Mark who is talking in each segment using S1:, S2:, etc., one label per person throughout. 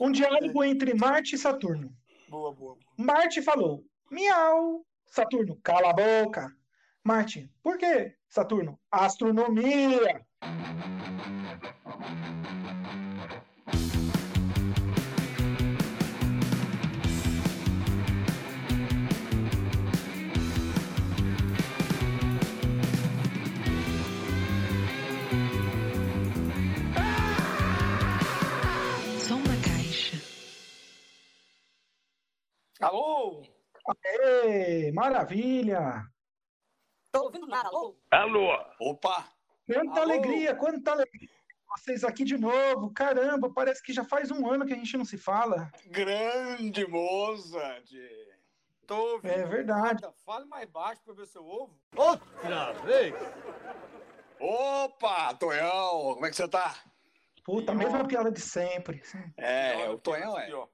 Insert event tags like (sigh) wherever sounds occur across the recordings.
S1: Um diálogo entre Marte e Saturno.
S2: Boa, boa. boa.
S1: Marte falou: Miau! Saturno, cala a boca! Marte, por quê? Saturno, astronomia!
S3: Som na caixa.
S2: Alô?
S1: Ê, maravilha!
S4: Tô ouvindo nada, alô?
S5: Alô?
S2: Opa!
S1: Quanta
S2: Alô?
S1: alegria, quanta alegria! Vocês aqui de novo, caramba, parece que já faz um ano que a gente não se fala.
S2: Grande Mozart! Tô ouvindo.
S1: É verdade.
S2: nada. Fale mais baixo pra ver se eu ouvo.
S6: Outra vez?
S2: Opa, Tonhão! Como é que você tá?
S1: Puta, a mesma piada de sempre.
S2: É,
S7: Não,
S2: o Tonhão
S7: tô
S2: é.
S7: pior.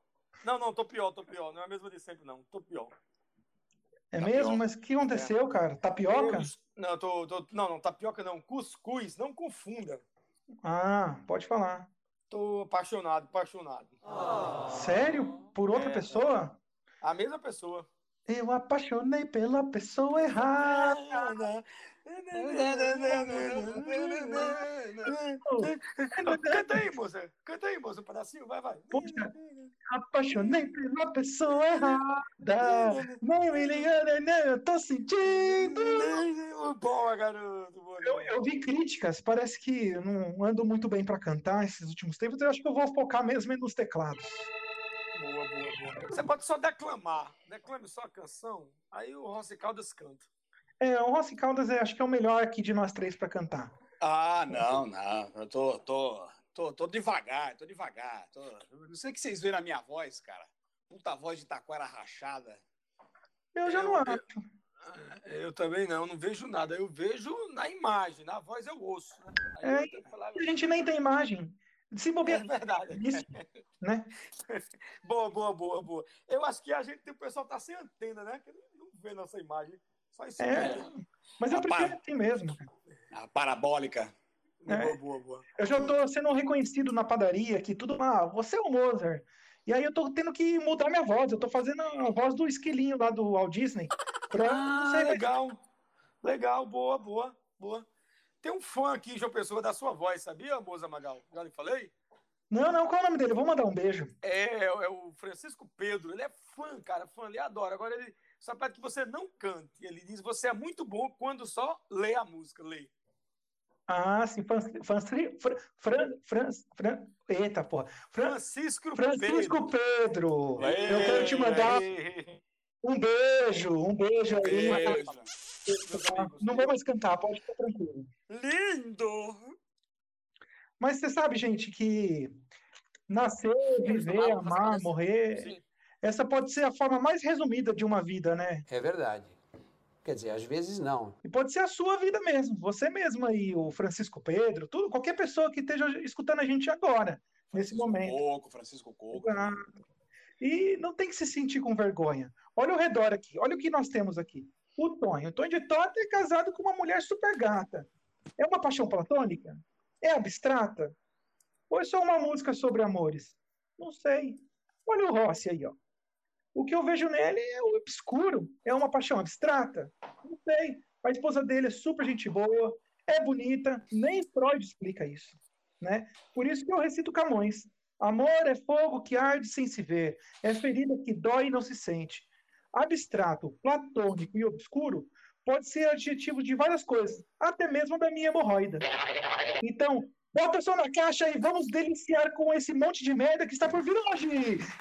S7: Não, não, tô pior, tô pior. Não é a mesma de sempre, não. Tô pior.
S1: É
S2: Tapioca.
S1: mesmo? Mas o que aconteceu, cara? Tapioca?
S7: Eu es- Não, eu tô, tô- Não, não, tapioca não. Cuscuz, não confunda.
S1: Ah, pode falar.
S7: Tô apaixonado, apaixonado.
S1: Sério? Por outra
S7: É.
S1: pessoa?
S7: A mesma pessoa.
S1: Eu apaixonei pela pessoa errada.
S7: Canta aí, moça. Canta aí, moça, um pedacinho. Vai, vai.
S1: Poxa, apaixonei pela pessoa errada. Não me liga, não, eu tô sentindo.
S7: Boa, garoto. Boa,
S1: Eu, eu vi críticas, parece que eu não ando muito bem pra cantar esses últimos tempos, eu acho que eu vou focar mesmo é nos teclados.
S7: boa, boa, boa. Você pode só declamar. Declame só a canção. Aí o Rossi Caldas canta.
S1: É, o Rossi Caldas é, acho que é o melhor aqui de nós três pra cantar.
S2: Ah, não, não. Eu tô, tô, tô, tô devagar, tô devagar. Tô... eu Não sei o que vocês viram a minha voz, cara. Puta voz de taquara rachada.
S1: Eu já
S7: Eu-
S1: não acho.
S7: Ah, Eu também não, não vejo nada. Eu vejo na imagem, na voz eu ouço. Né? Aí
S1: É,
S7: eu tenho que falar-
S1: A gente nem tem imagem. Se
S7: É
S1: bobear,
S7: (laughs) verdade. (laughs)
S1: isso, né?
S7: Boa, boa, boa, boa. Eu acho que a gente, o pessoal tá sem antena, né? Que não vê nossa imagem. Só isso
S1: É.
S7: mesmo.
S1: Mas eu
S2: Rapaz.
S1: prefiro assim mesmo.
S2: A parabólica.
S1: É.
S7: Boa, boa, boa.
S1: Eu já tô sendo reconhecido na padaria aqui, tudo lá. você é o Mozart. E aí eu tô tendo que mudar minha voz. Eu tô fazendo a voz do esquilinho lá do Walt Disney. Pra não
S7: Ah,
S1: sei, mas
S7: legal. Legal, boa, boa, boa. Tem um fã aqui, João Pessoa, da sua voz, sabia, Moza Magal? Já lhe falei?
S1: Não, não, qual é o nome dele? Eu vou mandar um beijo.
S7: É, é o Francisco Pedro. Ele é fã, cara, fã, ele adora. Agora ele só pede que você não cante. Ele diz: você é muito bom quando só lê a música, lê.
S1: Ah, sim, Fran, Fran, Fran, Fran, Fran, Fran, eita, porra. Fran,
S7: Francisco,
S1: Francisco
S7: Pedro.
S1: Pedro,
S2: Aê,
S1: eu quero te mandar
S7: aê,
S1: um beijo, um beijo aí.
S2: Beijo.
S1: Não vou mais cantar, pode ficar tranquilo.
S7: Lindo!
S1: Mas você sabe, gente, que nascer, viver,
S4: falavam,
S1: amar,
S4: mas parece-
S1: morrer,
S4: Sim.
S1: essa pode ser a forma mais resumida de uma vida, né?
S8: É verdade. Quer dizer, às vezes não.
S1: E pode ser a sua vida mesmo, você mesmo aí, o Francisco Pedro, tudo, qualquer pessoa que esteja escutando a gente agora, nesse momento.
S2: Coco, Francisco Coco.
S1: Ah, E não tem que se sentir com vergonha. Olha ao redor aqui, olha o que nós temos aqui. O Tonho. O Tonho de Tota é casado com uma mulher super gata. É uma paixão platônica? É abstrata? Ou é só uma música sobre amores? Não sei. Olha o Rossi aí, ó. O que eu vejo nele é o obscuro. É uma paixão abstrata? Não sei. A esposa dele é super gente boa, é bonita, nem Freud explica isso. Né? Por isso que eu recito Camões. Amor é fogo que arde sem se ver, é ferida que dói e não se sente. Abstrato, platônico e obscuro pode ser adjetivo de várias coisas, até mesmo da minha hemorroida. Então, bota só na caixa e vamos deliciar com esse monte de merda que está por vir hoje!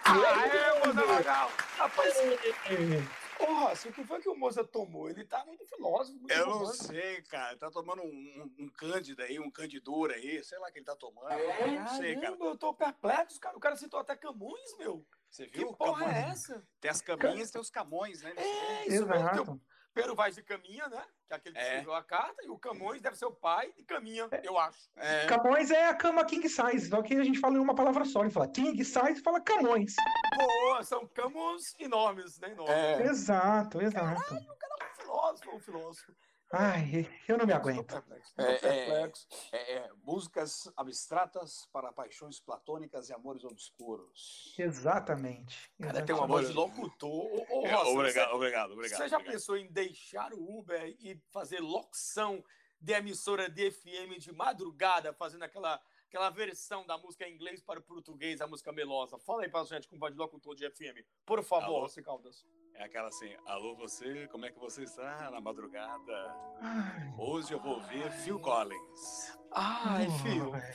S7: Aê, Moza Magal! Rapaz,
S2: É,
S7: ô Rossi, o que foi que o Moza tomou? Ele tá muito filósofo. Muito
S2: Eu não
S7: romântico.
S2: sei, cara. Tá tomando um, um, um cândida aí, um candidura aí. Sei lá o que ele tá tomando. Eu
S7: É,
S2: não sei, cara.
S7: Caramba, eu tô perplexo, cara. O cara citou até Camões, meu.
S2: Você
S7: Que
S2: viu?
S7: porra
S2: Camões.
S7: é essa?
S2: Tem as caminhas, tem os camões, né?
S7: É, isso mesmo. Tem o
S1: Exato.
S7: Pero Vaz de Caminha, né? Que é aquele que
S2: É.
S7: escreveu a carta. E o Camões deve ser o pai de Caminha, eu acho.
S2: É.
S1: Camões é a cama king size, só que a gente fala em uma palavra só, ele fala king size, fala Camões.
S7: Boa, são Camões enormes, né? Enormes.
S2: É.
S1: Exato, exato.
S7: É. Um filósofo, um filósofo.
S1: Ai, eu não me aguento.
S2: É, é.
S7: Perplexo.
S2: É, é, músicas abstratas para paixões platônicas e amores obscuros.
S1: Exatamente.
S7: né?
S2: Cara,
S1: exatamente.
S2: tem uma voz de
S7: um locutor. Ô, ô,
S2: É,
S7: Rossi, você-
S2: obrigado, obrigado, obrigado.
S7: Você já
S2: obrigado.
S7: pensou em deixar o Uber e fazer locução de emissora de FM de madrugada, fazendo aquela, aquela versão da música em inglês para o português, a música melosa? Fala aí pra gente como vai de locutor de FM. Por favor,
S2: Alô?
S7: Rossi Caldas.
S2: É aquela assim, alô você, como é que você está na madrugada?
S1: Ai,
S2: Hoje eu vou ouvir Phil Collins.
S7: Ai, filho.
S1: ai.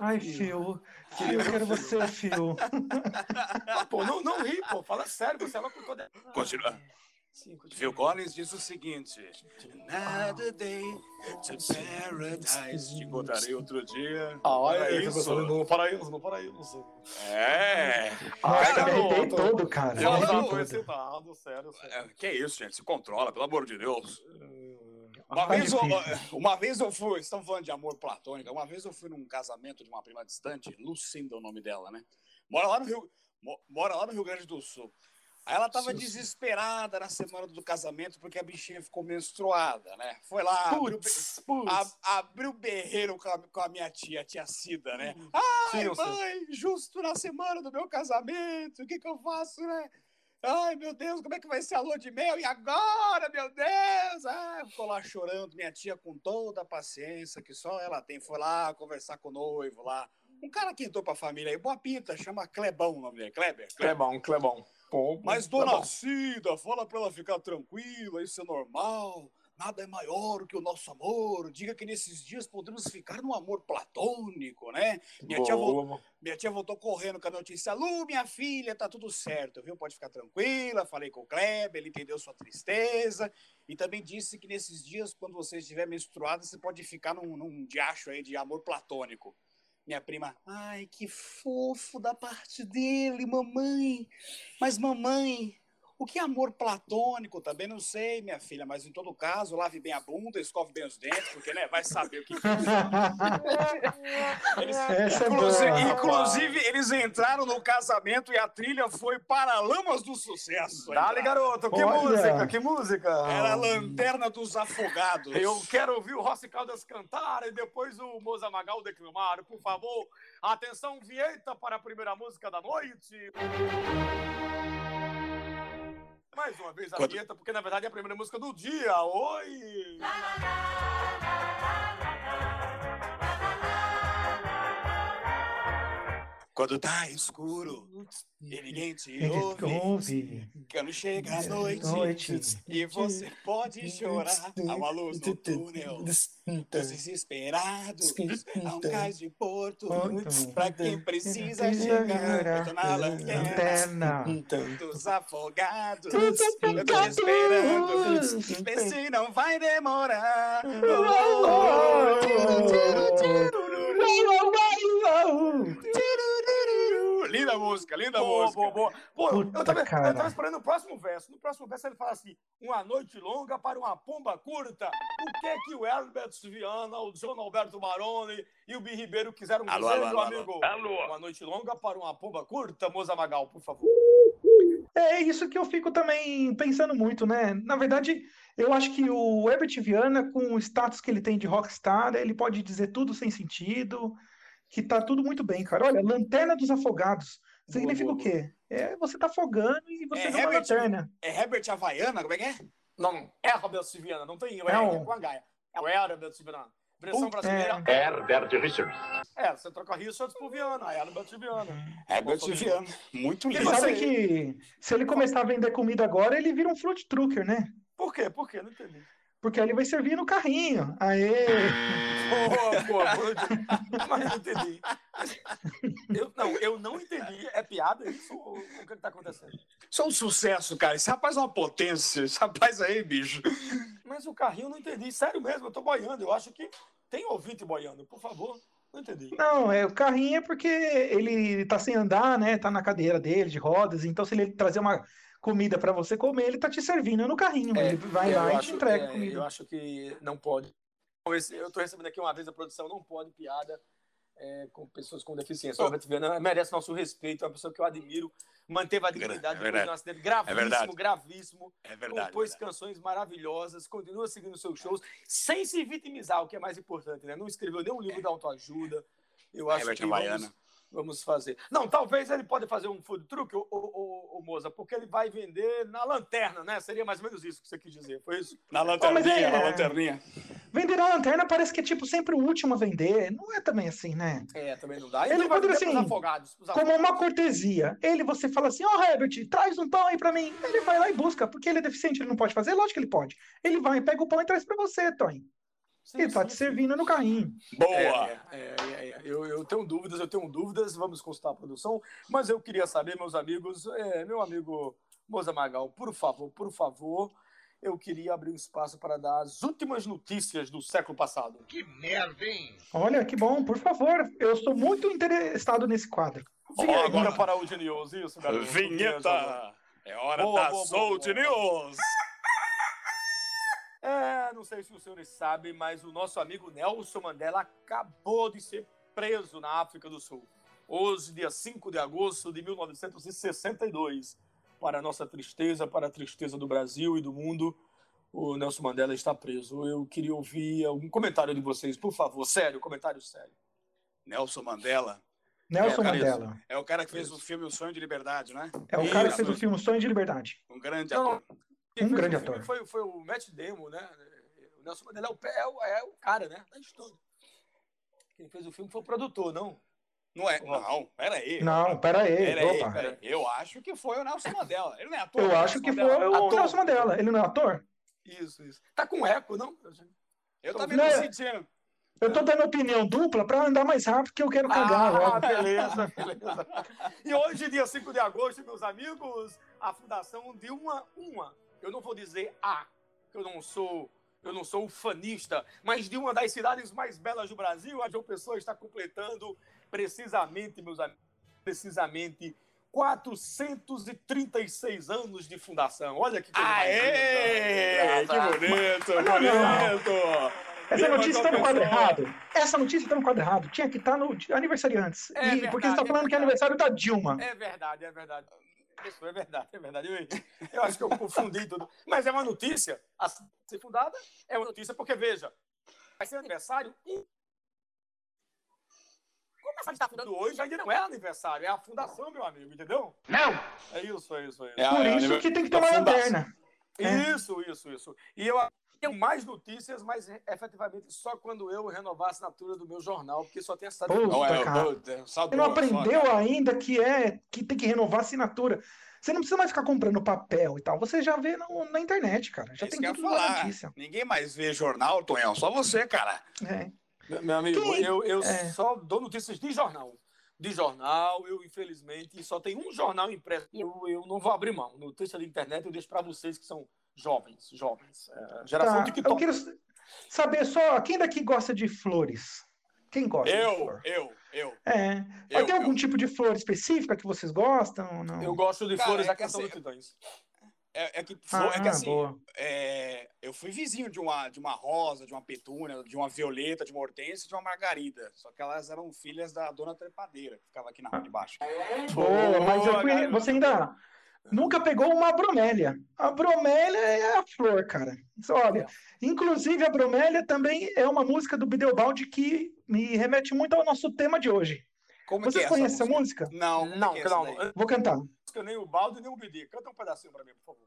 S1: Ai, Phil. Phil, eu quero você, Phil.
S7: Ah, Pô, não, não ri, pô. Fala sério, você é locutor de...
S2: Continua.
S7: Sim, continua.
S2: Phil Collins diz o seguinte: Another day to paradise. Te encontrarei outro dia.
S7: Ah, olha
S2: Olha
S7: isso.
S2: isso.
S7: No paraíso, no paraíso.
S2: É.
S1: Nossa, me
S7: garoto.
S1: arrepiei Ah, todo, cara. Me
S2: Já
S1: arrepiei
S2: tá
S1: todo.
S7: excitado, sério, sério.
S2: É, Que isso, gente? Se controla, pelo amor de Deus.
S1: Tá
S7: Ah,
S2: Uma vez, eu,
S1: difícil.
S2: (laughs) uma vez eu fui, estamos falando de amor platônico, uma vez eu fui num casamento de uma prima distante, Lucinda é o nome dela, né? Mora lá no Rio, mo- mora lá no Rio Grande do Sul. Aí ela tava
S7: Sim, sim.
S2: desesperada na semana do casamento porque a bichinha ficou menstruada, né? Foi lá, abriu, be-
S7: Putz, putz.
S2: a- abriu berreiro com a, com a minha tia, a tia Cida, né? Ai,
S7: Sim, eu sei.
S2: mãe, justo na semana do meu casamento, o que que eu faço, né? Ai, meu Deus, como é que vai ser a lua de mel? E agora, meu Deus? Ah, ficou lá chorando, minha tia com toda a paciência que só ela tem, foi lá conversar com o noivo lá. Um cara que entrou pra família aí, boa pinta, chama Clebão o nome dele, Kleber. Kleber.
S7: Clebão, Clebão. Pô, tá
S2: Mas,
S7: Clebão.
S2: dona Cida, fala pra ela ficar tranquila, isso é normal. Nada é maior que o nosso amor. Diga que nesses dias podemos ficar num amor platônico, né? Minha tia
S7: Boa, boa.
S2: Minha tia voltou correndo com a notícia. Lu, minha filha, tá tudo certo, viu? Pode ficar tranquila. Falei com o Kleber, ele entendeu sua tristeza. E também disse que nesses dias, quando você estiver menstruada, você pode ficar num, num diacho aí de amor platônico. Minha prima, ai, que fofo da parte dele, mamãe. Mas, mamãe, o que é amor platônico? Também não sei, minha filha, mas em todo caso, lave bem a bunda, escove bem os dentes, porque, né, vai saber o
S1: (laughs)
S2: que que eles
S1: Essa é boa.
S2: Inclusi- Inclusive,
S1: rapaz.
S2: eles entraram no casamento e a trilha foi Paralamas do Sucesso.
S7: Dale,
S2: Entraram.
S7: garoto, que
S1: Olha.
S7: música, que música.
S2: Era a Lanterna dos Afogados.
S7: Eu quero ouvir o Rossi Caldas cantar e depois o Moza Magal declamar, por favor. Atenção, vinheta para a primeira música da noite. Mais uma vez a
S2: Quando-
S7: vinheta, porque na verdade é a primeira música do dia. Oi!
S2: Quando tá escuro e ninguém te
S1: Ele
S2: ouve,
S1: ouve.
S2: quando chega a noite,
S1: Noite.
S2: e você pode chorar, há uma luz no túnel. Tô desesperado, há
S9: Ah,
S2: um cais de porto,
S1: Porto.
S2: pra quem precisa
S1: Precisa
S2: chegar, eu tô na
S1: chegar.
S2: lanterna.
S1: Lanterna.
S2: Dos afogados,
S1: Dos
S2: é eu tô
S1: afogados.
S2: esperando. Vê se não vai demorar. Uh, Linda música, linda
S7: Boa,
S2: música.
S7: boa, boa. Pô,
S1: Puta,
S7: eu, tava, eu
S1: cara.
S7: tava esperando o próximo verso. No próximo verso ele fala assim: uma noite longa para uma pomba curta. O que é que o Herbert Viana, o João Alberto Baroni e o Bi Ribeiro quiseram dizer,
S2: Alô, alô,
S7: meu
S2: alô,
S7: amigo? Uma noite longa para uma pomba curta, Moza Magal, por favor.
S1: É isso que eu fico também pensando muito, né? Na verdade, eu acho que o Herbert Viana, com o status que ele tem de rockstar, ele pode dizer tudo sem sentido, que tá tudo muito bem, cara. Olha, lanterna dos afogados. Significa o quê? É você tá afogando e você vê
S2: É
S1: uma
S2: Herbert-
S1: lanterna.
S2: É Herbert Havaiana? Como é que é?
S7: Não, não. é Herbert Viana, não tem eu, é,
S1: Não.
S7: é com H. É o Herbert Viana. Versão
S1: Puta,
S7: brasileira.
S5: Herbert Richards.
S7: É, você troca Richards por Viana, é Herbert Viana.
S2: Herbert
S7: Bolsonaro.
S2: É, Viana. Muito
S1: E
S2: lindo.
S1: sabe que se ele começar a vender comida agora, ele vira um fruit trucker, né?
S7: Por quê? Por quê? Não entendi.
S1: Porque aí ele vai servir no carrinho. Aê!
S7: Boa, (laughs) boa, boa. Mas não entendi. Eu, não, eu não entendi. É piada isso? Ou, o que está acontecendo?
S2: Isso é um sucesso, cara. Esse rapaz é uma potência. Esse rapaz aí, bicho.
S7: Mas o carrinho eu não entendi. Sério mesmo, eu tô boiando. Eu acho que tem ouvinte boiando, por favor. Não entendi.
S1: Não, é, o carrinho é porque ele tá sem andar, né? Tá na cadeira dele, de rodas. Então, se ele trazer uma comida pra você comer, ele tá te servindo no carrinho.
S7: É,
S1: Ele vai lá e te entrega
S7: é,
S1: comida.
S7: Então, eu acho que não pode. Bom, esse- Eu estou recebendo aqui uma vez a produção, não pode piada. é, com pessoas com deficiência. Roberto Viana merece nosso respeito, é uma pessoa que eu admiro, manteve a dignidade
S2: é
S7: depois de um
S2: verdade.
S7: acidente gravíssimo,
S2: verdade.
S7: gravíssimo.
S2: É verdade.
S7: compôs
S2: verdade.
S7: canções maravilhosas, continua seguindo seus shows, sem se vitimizar, o que é mais importante, né? Não escreveu nenhum livro de autoajuda. Eu acho
S2: Herbert
S7: que vamos,
S2: É. Havaiana.
S7: vamos fazer. Não, talvez ele pode fazer um food truck, ô, ô, ô, ô, Moza, porque ele vai vender na lanterna, né? Seria mais ou menos isso que você quis dizer, foi isso?
S2: Na
S1: Não, mas
S2: lanterninha,
S1: é-
S2: na lanterninha.
S1: Vender a lanterna parece que é tipo sempre o último a vender. Não é também assim, né?
S7: É, também não dá.
S1: Ele
S7: vai
S1: poderia,
S7: vender pros
S1: assim,
S7: afogados. pros
S1: Como
S7: afogados.
S1: uma cortesia. Ele, você fala assim, ó, Herbert, traz um pão aí pra mim. Ele vai lá e busca, porque ele é deficiente, ele não pode fazer. Lógico que ele pode. Ele vai, pega o pão e traz pra você, Tony.
S7: Sim,
S1: Ele tá
S7: sim,
S1: te
S7: sim.
S1: servindo no carrinho.
S2: Boa!
S7: É, é, é, é. Eu, eu tenho dúvidas, eu tenho dúvidas, vamos consultar a produção, mas eu queria saber, meus amigos, é, meu amigo Moza Magal, por favor, por favor, eu queria abrir um espaço para dar as últimas notícias do século passado.
S1: Olha, que bom, por favor. Eu sou muito interessado nesse quadro.
S7: Vinheta
S2: agora.
S7: para o de News, isso,
S2: é.
S7: garoto.
S2: Vinheta! É hora
S7: Boa, boa,
S2: da
S7: boa,
S2: Sold News!
S7: É, não sei se os senhores sabem, mas o nosso amigo Nelson Mandela acabou de ser preso na África do Sul. Hoje, dia 5 de agosto de 1962. Para a nossa tristeza, para a tristeza do Brasil e do mundo, o Nelson Mandela está preso. Eu queria ouvir algum comentário de vocês, por favor. Sério, comentário sério.
S1: Um
S2: Nelson Mandela
S1: Nelson
S7: É, cara,
S1: Mandela.
S2: é o cara que fez o filme O Sonho de Liberdade, né?
S1: É o
S7: isso.
S1: cara que fez o filme Sonho de Liberdade.
S2: Um grande
S7: Não,
S2: ator.
S1: Um
S7: Foi-
S1: grande
S7: foi-
S1: ator.
S7: Foi, foi o Matt Damon, né? O Nelson Mandela é o, pé- é o- é o cara, né? Da história. Quem fez o filme foi o produtor, não?
S2: Não é? Não, peraí.
S1: Não, pera aí.
S2: Pera aí,
S1: opa.
S2: pera aí. Eu acho que foi o Nelson Mandela. Ele não é ator.
S1: Eu
S2: né,
S1: acho
S2: Nelson
S1: que
S2: Mandela?
S1: foi o
S7: Ator.
S1: Nelson Mandela. Ele não é ator?
S7: Isso, isso. Tá com eco, não?
S2: Eu também não é.
S1: Né?
S2: senti.
S1: Eu tô dando opinião dupla pra andar mais rápido que eu quero cagar
S7: Ah,
S1: logo.
S7: beleza, beleza. E hoje, dia 5 de agosto, meus amigos, a fundação de uma, uma, eu não vou dizer a, que eu não sou, eu não sou ufanista, mas de uma das cidades mais belas do Brasil, a João Pessoa está completando precisamente, meus amigos, precisamente 436 anos de fundação. Olha que coisa mais
S2: Aê!
S7: linda.
S2: Que bonito,
S1: Não, não.
S2: bonito!
S1: Essa
S2: Viva
S1: notícia tá no
S2: João
S1: quadro
S2: Pessoa.
S1: errado. Essa notícia tá no quadro errado. Tinha que estar no aniversário antes.
S7: É
S1: E-
S7: verdade,
S1: porque você tá
S7: é
S1: falando que é
S7: verdade.
S1: aniversário da Dilma.
S7: É verdade, é verdade. Isso é verdade, é verdade. Eu, eu acho que eu confundi tudo. Mas é uma notícia. A ser fundada é uma notícia, porque veja, vai ser aniversário. E... Como essa que está fundando hoje ainda não é aniversário, é a fundação, meu amigo, entendeu? Não! É isso, é isso, é isso.
S2: É,
S1: Por
S2: é,
S1: isso
S2: é,
S1: que tem que ter
S2: da
S1: uma
S2: fundação.
S1: lanterna. É.
S7: Isso, isso, isso. E eu tenho mais notícias, mas efetivamente só quando eu renovar a assinatura do meu jornal, porque só tem essa.
S1: Pô,
S2: Não, é,
S1: Puta, cara.
S2: eu- eu- só
S1: Você não
S2: duas, só,
S1: aprendeu
S2: cara.
S1: ainda que é que tem que renovar a assinatura. Você não precisa mais ficar comprando papel e tal. Você já vê no- na internet, cara. Já
S2: É Isso
S1: tem
S2: que eu ia
S1: tudo na
S2: falar.
S1: notícia.
S2: Ninguém mais vê jornal, Tonhão, só você, cara.
S1: É.
S7: Meu amigo,
S1: Quem-
S7: eu, eu
S1: É.
S7: só dou notícias de jornal. De jornal, eu infelizmente só tem um jornal impresso. Eu, eu não vou abrir mão. Notícia de internet eu deixo para vocês que são jovens, jovens. É, geração
S1: Tá,
S7: TikTok.
S1: eu quero s- saber só quem daqui gosta de flores. Quem gosta de
S2: Eu,
S1: flor?
S2: eu, eu.
S1: É.
S2: eu
S1: Tem algum
S2: eu.
S1: tipo de flor específica que vocês gostam? ou Não.
S7: Eu gosto de
S2: Cara,
S7: flores
S2: é
S7: da
S2: que
S7: canção
S2: assim-
S7: dos titãs.
S2: É, é que,
S1: Ah,
S2: é que assim,
S1: boa.
S2: é, eu fui vizinho de uma, de uma rosa, de uma petúnia, de uma violeta, de uma hortênsia e de uma margarida. Só que elas eram filhas da dona trepadeira, que ficava aqui na rua de baixo.
S1: Boa, mas eu
S7: Boa,
S1: conhe-
S7: garoto.
S1: você ainda nunca pegou uma bromélia. A bromélia é a flor, cara. Isso, Olha,
S2: É.
S1: inclusive a bromélia também é uma música do Bideobaldi que me remete muito ao nosso tema de hoje.
S2: Como que
S1: Vocês
S2: é
S1: conhecem essa música?
S2: Não,
S7: Não,
S2: que é
S7: não,
S2: essa daí?
S1: Vou cantar.
S7: não. Nem o balde, nem o bidi. Canta um pedacinho para mim, por favor.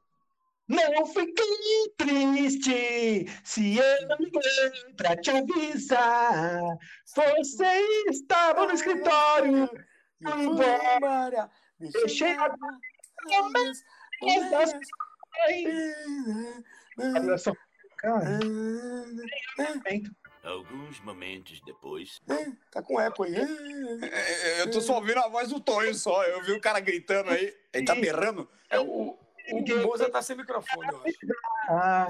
S1: Não fiquei triste se eu liguei pra te avisar. Você estava no escritório,
S7: Eu
S1: Hum,
S7: fui
S1: bom.
S7: embora,
S1: Deixei a-
S7: Mas-
S1: Mas-
S7: mas-
S1: hein? Olha só, cara, momento.
S5: Alguns momentos depois.
S7: Tá com eco aí.
S2: É, Eu tô só ouvindo a voz do Tonho só. Eu vi o cara gritando aí. Ele tá berrando.
S7: É, o, o Moza tá sem microfone, eu acho.
S1: Ah,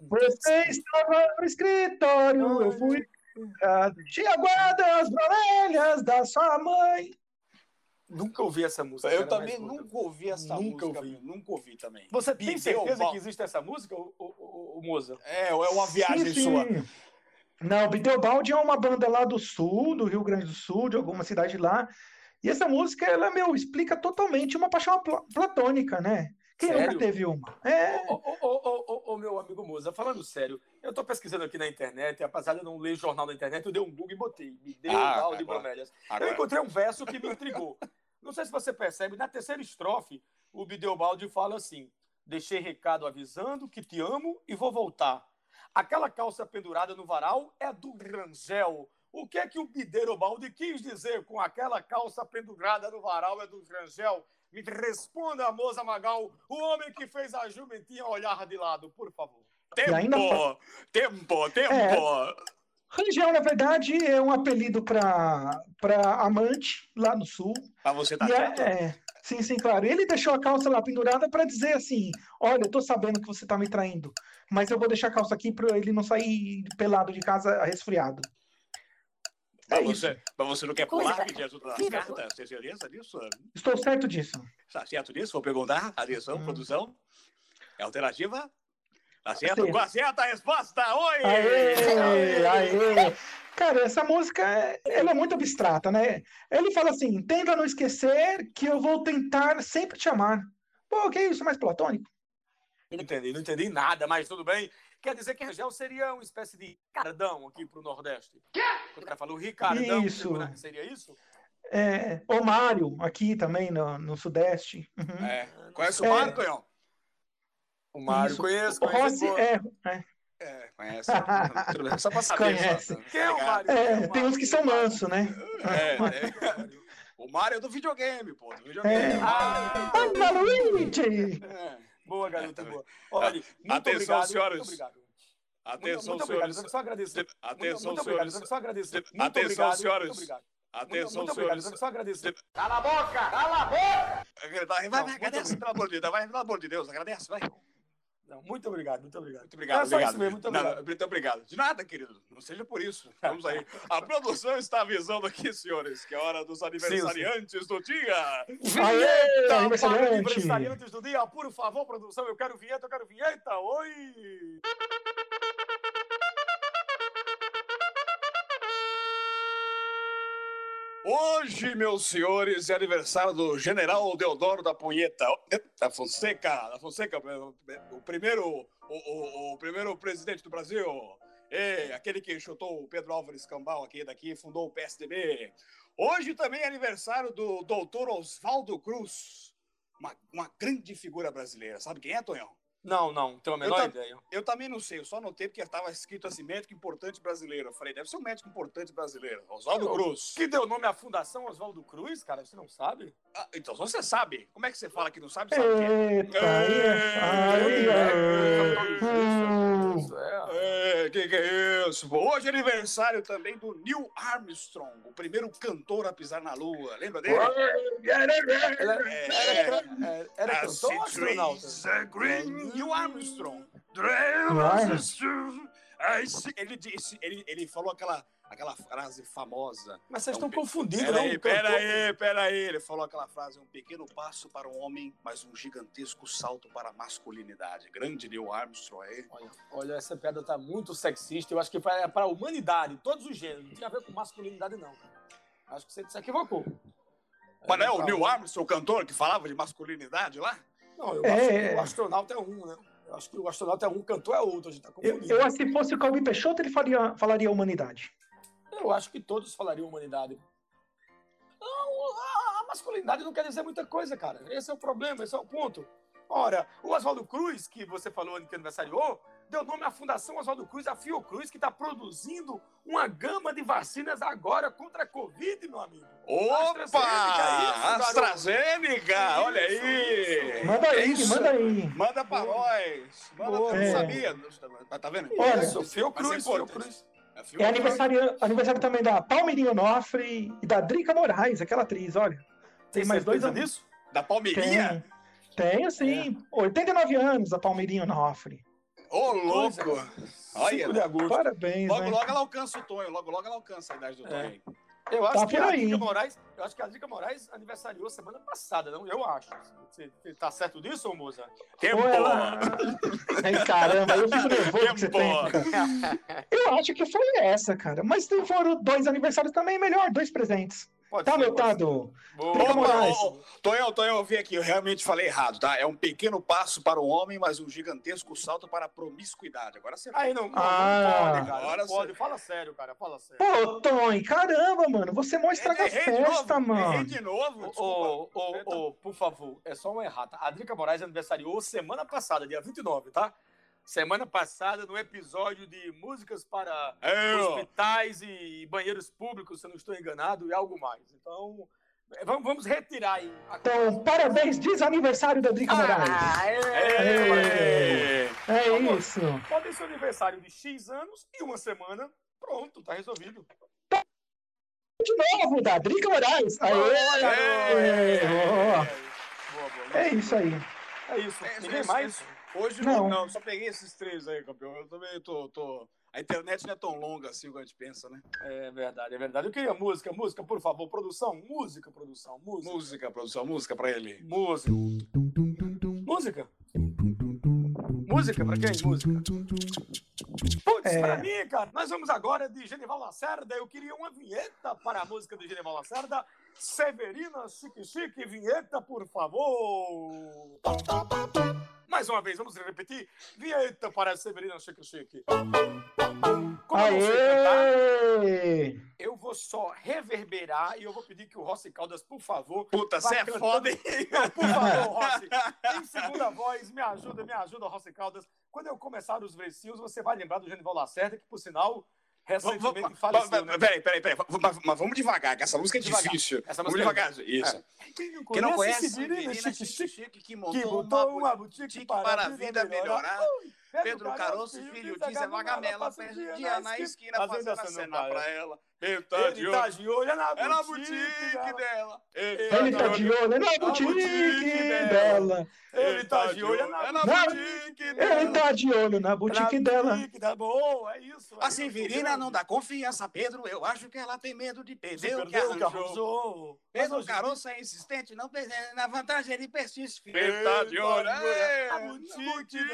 S1: você estava no escritório, eu fui. ah, Te aguardo as bromelhas da sua mãe.
S7: Nunca ouvi essa música.
S2: Eu
S7: cara,
S2: também
S7: mas-
S2: nunca ouvi essa
S7: Nunca
S2: música.
S7: ouvi.
S2: meu. Nunca ouvi também.
S7: Você tem
S2: Bideu,
S7: certeza
S2: Val-
S7: que existe essa música, ô, ô, ô, ô, Moza?
S2: É, é uma viagem
S1: Sim, sim.
S2: sua.
S1: Não, Bideobaldi é uma banda lá do sul, do Rio Grande do Sul, de alguma cidade lá. E essa música, ela, meu, explica totalmente uma paixão pla- platônica, né? Quem nunca
S7: Sério?
S1: teve uma? É,
S7: Ô, ô, ô, ô, ô, ô, meu amigo Moza, falando sério, eu tô pesquisando aqui na internet, e apesar de eu não ler jornal na internet, eu dei um Google e botei. Me deu
S2: Ah,
S7: ah, de
S2: agora.
S7: bromélias. Eu
S2: Agora,
S7: encontrei um verso que me intrigou. Não sei se você percebe, na terceira estrofe, o Bideobaldi fala assim: Deixei recado avisando que te amo e vou voltar. Aquela calça pendurada no varal é do Rangel. O que é que o Bideobaldi quis dizer com aquela calça pendurada no varal é do Rangel? Me responda, moça Magal, o homem que fez a jumentinha olhar de lado, por favor.
S1: E
S2: tempo,
S1: ainda É.
S2: tempo, tempo.
S1: Rangel, na verdade, é um apelido para para amante lá no sul.
S2: Pra você tá
S1: E é-
S2: certo?
S1: é, sim, sim, claro. Ele deixou a calça lá pendurada para dizer assim: Olha, eu tô sabendo que você tá me traindo, mas eu vou deixar a calça aqui para ele não sair pelado de casa resfriado.
S2: Mas
S1: é
S2: você, mas você não quer
S4: Coisa.
S2: pular tá pedir ajuda na
S4: Vira.
S2: carta? Você tem certeza disso?
S1: Estou certo disso.
S2: Está Tá certo disso? Vou perguntar. Atenção,
S1: Hum.
S2: produção. É alternativa? Tá certo?
S1: Sim.
S2: Qual a certa resposta? Oi!
S1: Aê, aê. Cara, essa música, é- ela é muito abstrata, né? Ele fala assim: tenta não esquecer que eu vou tentar sempre te amar. Pô, que isso, mais platônico?
S7: Não entendi, não entendi nada, mas tudo bem. Quer dizer que Rangel seria uma espécie de Ricardão aqui pro Nordeste. O cara falou Ricardão,
S1: Isso.
S2: tipo, né?
S7: segura- seria isso?
S1: É, o Mário, aqui também, no, no Sudeste. Uhum.
S2: É. Conhece o Mário, Tonhão?
S7: O
S1: Mário,
S7: Mário,
S1: Isso.
S7: conheço,
S1: O
S7: conheço.
S1: Rossi,
S7: boa.
S1: é,
S2: É, conhece. Tudo bem, é Só pra saber.
S1: Conhece.
S2: só. né?
S7: Quem é o Mário?
S1: é,
S7: Quem é o
S1: tem uns que
S7: Mário?
S1: são manso, né?
S2: É, é.
S1: (laughs)
S2: O Mário é do videogame, pô. Do videogame.
S1: É.
S7: Ah,
S1: Anda, Luigi!
S2: É.
S7: boa, garota, boa. Olha, muito
S2: Atenção,
S7: obrigado,
S2: senhoras.
S7: Muito obrigado. Muito-
S2: Atenção,
S7: muito obrigado,
S2: senhores.
S7: eu só agradeço. Muito-
S2: Atenção,
S7: muito obrigado,
S2: senhores.
S7: eu só agradeço.
S2: Atenção,
S7: Muito obrigado,
S2: senhores.
S7: Muito obrigado.
S2: Atenção,
S7: muito obrigado,
S2: senhores.
S7: eu só agradeço.
S2: Vai, vai,
S7: Não, muito
S2: agradece,
S7: obrigado.
S2: pelo amor de Deus. Vai, pelo amor de Deus, agradece, vai. Muito
S7: Não, Muito obrigado, muito obrigado.
S2: obrigado,
S7: É só
S2: obrigado.
S7: isso mesmo, muito
S2: Não,
S7: obrigado.
S2: muito obrigado. De nada, querido. Não seja por isso. Vamos aí. A produção está avisando aqui, senhores, que é hora dos aniversariantes do dia.
S1: Aê, é
S7: Vinheta para o
S1: aniversariante!
S7: aniversariantes do dia, por favor, produção, eu quero vinheta, eu quero vinheta, oi!
S2: Hoje, meus senhores, é aniversário do General Deodoro da Punheta, da Fonseca, da Fonseca, o primeiro, o, o- o primeiro presidente do Brasil, é, aquele que chutou o Pedro Álvares Cambal aqui daqui, fundou o PSDB. Hoje também é aniversário do doutor Oswaldo Cruz, uma, uma grande figura brasileira. Sabe quem é, Tonhão?
S7: Não, não, tenho a
S2: menor
S7: ideia.
S2: Eu também não sei, eu só notei porque estava escrito assim, médico importante brasileiro. Eu falei, deve ser um médico importante brasileiro, Oswaldo
S7: Eu-
S2: Cruz.
S7: Que deu nome à Fundação Oswaldo Cruz, cara, você não sabe?
S2: Ah, então você sabe. Como é que você fala que não sabe, sabe o que é?
S1: Eita, aí, aí, aí. Hum.
S2: É, que que é isso? pô? Hoje é aniversário também do Neil Armstrong, o primeiro cantor a pisar na lua. Lembra dele?
S7: é,
S2: É,
S7: Era, era
S2: As
S7: cantor é ou
S2: the
S7: astronauta?
S2: trees are green, Neil Armstrong.
S1: Neil
S2: Armstrong. I see- Ele disse, ele, ele falou aquela, aquela frase famosa.
S7: Mas vocês
S2: É um
S7: estão
S2: pe-
S7: confundindo, né?
S2: Peraí,
S7: Um cantor-
S2: peraí, peraí. Ele falou aquela frase: um pequeno passo para um homem, mas um gigantesco salto para a masculinidade. Grande Neil Armstrong aí.
S7: Olha, olha, essa piada tá muito sexista, eu acho que é pra humanidade, todos os gêneros, não tinha a ver com masculinidade, não. Acho que você se equivocou.
S2: Mas não é o
S7: pra-
S2: Neil Armstrong, o cantor, que falava de masculinidade lá?
S7: Não, eu
S1: É,
S7: acho
S1: é.
S7: que o astronauta é um, né? Eu acho que o astronauta é um, o cantor é outro, a gente tá
S1: Eu,
S7: confundindo.
S1: eu, acho que se fosse o Calbi Peixoto, ele faria, falaria humanidade.
S7: Eu acho que todos falariam humanidade. Não, a, a masculinidade não quer dizer muita coisa, cara. Esse é o problema, esse é o ponto. Ora, o Oswaldo Cruz, que você falou que aniversariou, deu nome à Fundação Oswaldo Cruz, a Fiocruz, que está produzindo uma gama de vacinas agora contra a Covid, meu amigo.
S2: Opa! é AstraZeneca!
S7: isso, garoto.
S2: olha
S7: Isso,
S2: aí!
S7: isso.
S1: Manda
S2: É
S1: aí,
S2: isso.
S1: manda aí.
S2: Manda pra nós! Manda
S7: Boa.
S2: pra não
S1: É.
S2: sabia. Mas Tá vendo?
S1: Olha,
S7: Isso, Fiocruz,
S2: mas é importante.
S7: Fiocruz.
S1: É aniversário, aniversário também da Palmeirinha Onofre e da Drica Moraes, aquela atriz, olha. Tem mais dois
S7: certeza
S1: anos.
S7: disso?
S2: Da Palmeirinha?
S1: Tem. Tenho sim. 89 anos a Palmeirinha Onofre.
S2: Ô, louco!
S7: Coisa.
S2: Olha.
S7: 5 de agosto.
S1: Parabéns,
S2: Logo,
S1: né?
S2: logo ela alcança o Tonho, logo, logo ela alcança a idade do
S7: É.
S2: Tonho. aí.
S7: Eu acho
S1: Tá
S7: que
S1: por
S7: a
S1: aí.
S7: Drica Moraes, eu acho que a Drica Moraes aniversariou semana passada, não? Eu acho. Você, você tá certo disso, ô moça?
S1: Ou
S2: (laughs)
S1: ela... Ai, caramba, eu fico nervoso que você tem.
S2: Tempo.
S1: Eu acho que foi essa, cara. Mas se foram dois aniversários também, melhor, dois presentes.
S7: Pode
S1: Tá,
S7: ser,
S1: meu
S7: pode ser.
S1: Tado?
S7: Boa.
S1: Drica
S7: Opa,
S1: Moraes.
S7: ó, ó,
S2: Tonhão, Tonhão, eu vi aqui, eu realmente falei errado, tá? É um pequeno passo para o homem, mas um gigantesco salto para a promiscuidade. Agora você
S7: Aí não, não, não
S1: Ah.
S7: pode, cara.
S2: Agora
S7: Não pode.
S2: você-
S7: Fala sério, cara. Fala sério.
S1: Pô, Tony, caramba, mano. Você mó estraga a
S2: Errei de novo,
S1: festa,
S2: Errei
S1: mano.
S2: de novo,
S7: Ô,
S2: desculpa.
S7: ô, ô, ô, por favor, é só uma errata. A Drica Moraes aniversariou semana passada, dia 29, tá? Semana passada, no episódio de músicas para
S2: Eu,
S7: hospitais e banheiros públicos, se eu não estou enganado, e algo mais. Então, é, vamos, vamos retirar aí. a-
S1: Então, parabéns, desaniversário da Drica Moraes.
S7: Ah, É.
S1: É
S7: amor.
S1: isso.
S7: Pode ser um aniversário de X anos e uma semana. Pronto, tá resolvido.
S1: Novo da Drica Moraes. Aê!
S7: Aê!
S1: boa.
S7: Boa, boa.
S1: É isso aí.
S7: É isso.
S2: É,
S7: Ninguém
S2: é,
S7: mais?
S2: Hoje não,
S1: Não.
S2: não, só peguei esses três aí, campeão. Eu também tô, tô- A internet não é tão longa assim como a gente pensa, né?
S7: É verdade, é verdade. Eu queria música, música, por favor. Produção, música, produção, música.
S2: Música, produção, música pra ele.
S7: Música. Música? Música? Pra quem? Música? Putz,
S1: É.
S7: pra mim, cara. Nós vamos agora de Genival Lacerda. Eu queria uma vinheta para a música de Genival Lacerda. Severina Chique Chique, vinheta, por favor. Mais uma vez, vamos repetir. Vinheta para Severina Chique Chique. Como
S1: é
S7: eu não sei
S1: tá?
S7: cantar,
S1: Aê!
S7: eu vou só reverberar e eu vou pedir que o Rossi Caldas, por favor,
S2: Puta, você é
S7: cantando.
S2: foda, hein?
S7: Não, por favor,
S2: (laughs)
S7: Rossi, em segunda voz, me ajuda, me ajuda, Rossi Caldas. Quando eu começar os versinhos, você vai lembrar do Genival Lacerda, que, por sinal,
S2: Vamos-
S7: recentemente
S2: vamos-
S7: faleceu, né?
S2: Peraí, peraí, peraí. Mas- Mas mas vamos devagar, que essa música é
S7: Devagar.
S2: difícil.
S7: Essa
S2: Vamos
S7: música é-
S2: devagar. Isso.
S7: Quem
S2: Quem não conhece,
S7: se vira,
S2: Severina
S7: chique, chique,
S2: que
S7: que botou uma boutique para a vida melhorar.
S2: Pedro Caroço, filho diz é vagamela, perde dia na esquina,
S7: Fazendo
S2: fazendo
S7: essa
S2: a cena
S7: não
S2: pra ela. Ele tá de
S7: Ele tá
S2: olho.
S7: de olho na
S2: É na
S7: boutique
S2: boutique
S7: dela.
S2: dela.
S1: Ele tá de olho na boutique dela.
S7: Ele tá de olho
S2: É
S7: na
S2: na boutique dela.
S1: Ele tá de olho na
S7: na
S1: boutique dela.
S7: boutique da boa, é isso. é
S2: A
S7: isso,
S2: Severina
S7: grande.
S2: Assim, não dá confiança, Pedro. Eu acho que ela tem medo de perder
S7: Perdeu
S2: o que arranjou.
S7: arranjou. Mas
S2: Pedro
S7: hoje-
S2: Caroço é insistente, não perdendo. Na vantagem ele persiste.
S7: Ele tá de olho, é, na boutique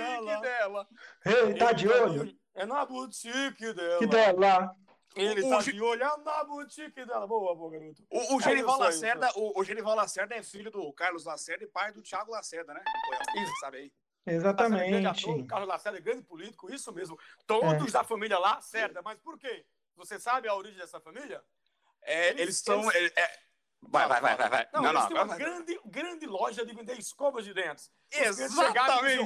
S2: dela.
S1: Ele tá de olho
S7: É na boutique dela.
S1: que dela.
S7: Ele
S2: O-
S7: tá
S2: o-
S7: de olho é na boutique dela. Boa, boa, garoto.
S2: O, o
S7: É
S2: Genival
S7: isso aí,
S2: Lacerda, o, o Genival Lacerda é filho do Carlos Lacerda e pai do Thiago Lacerda, né? Pô, Isso, sabe aí.
S7: Lacerda é grande ator,
S1: Exatamente.
S7: o Carlos Lacerda é grande político, isso mesmo. Todos da família Lacerda. Mas por quê? Você sabe a origem dessa família?
S2: É,
S7: Eles-
S2: eles são. ele- é- Vai, vai, vai, vai, vai.
S7: Não,
S2: Não,
S7: eles
S2: não.
S7: têm uma
S2: agora-
S7: grande, grande loja de vender escovas de dentes. Eles chegaram e diziam,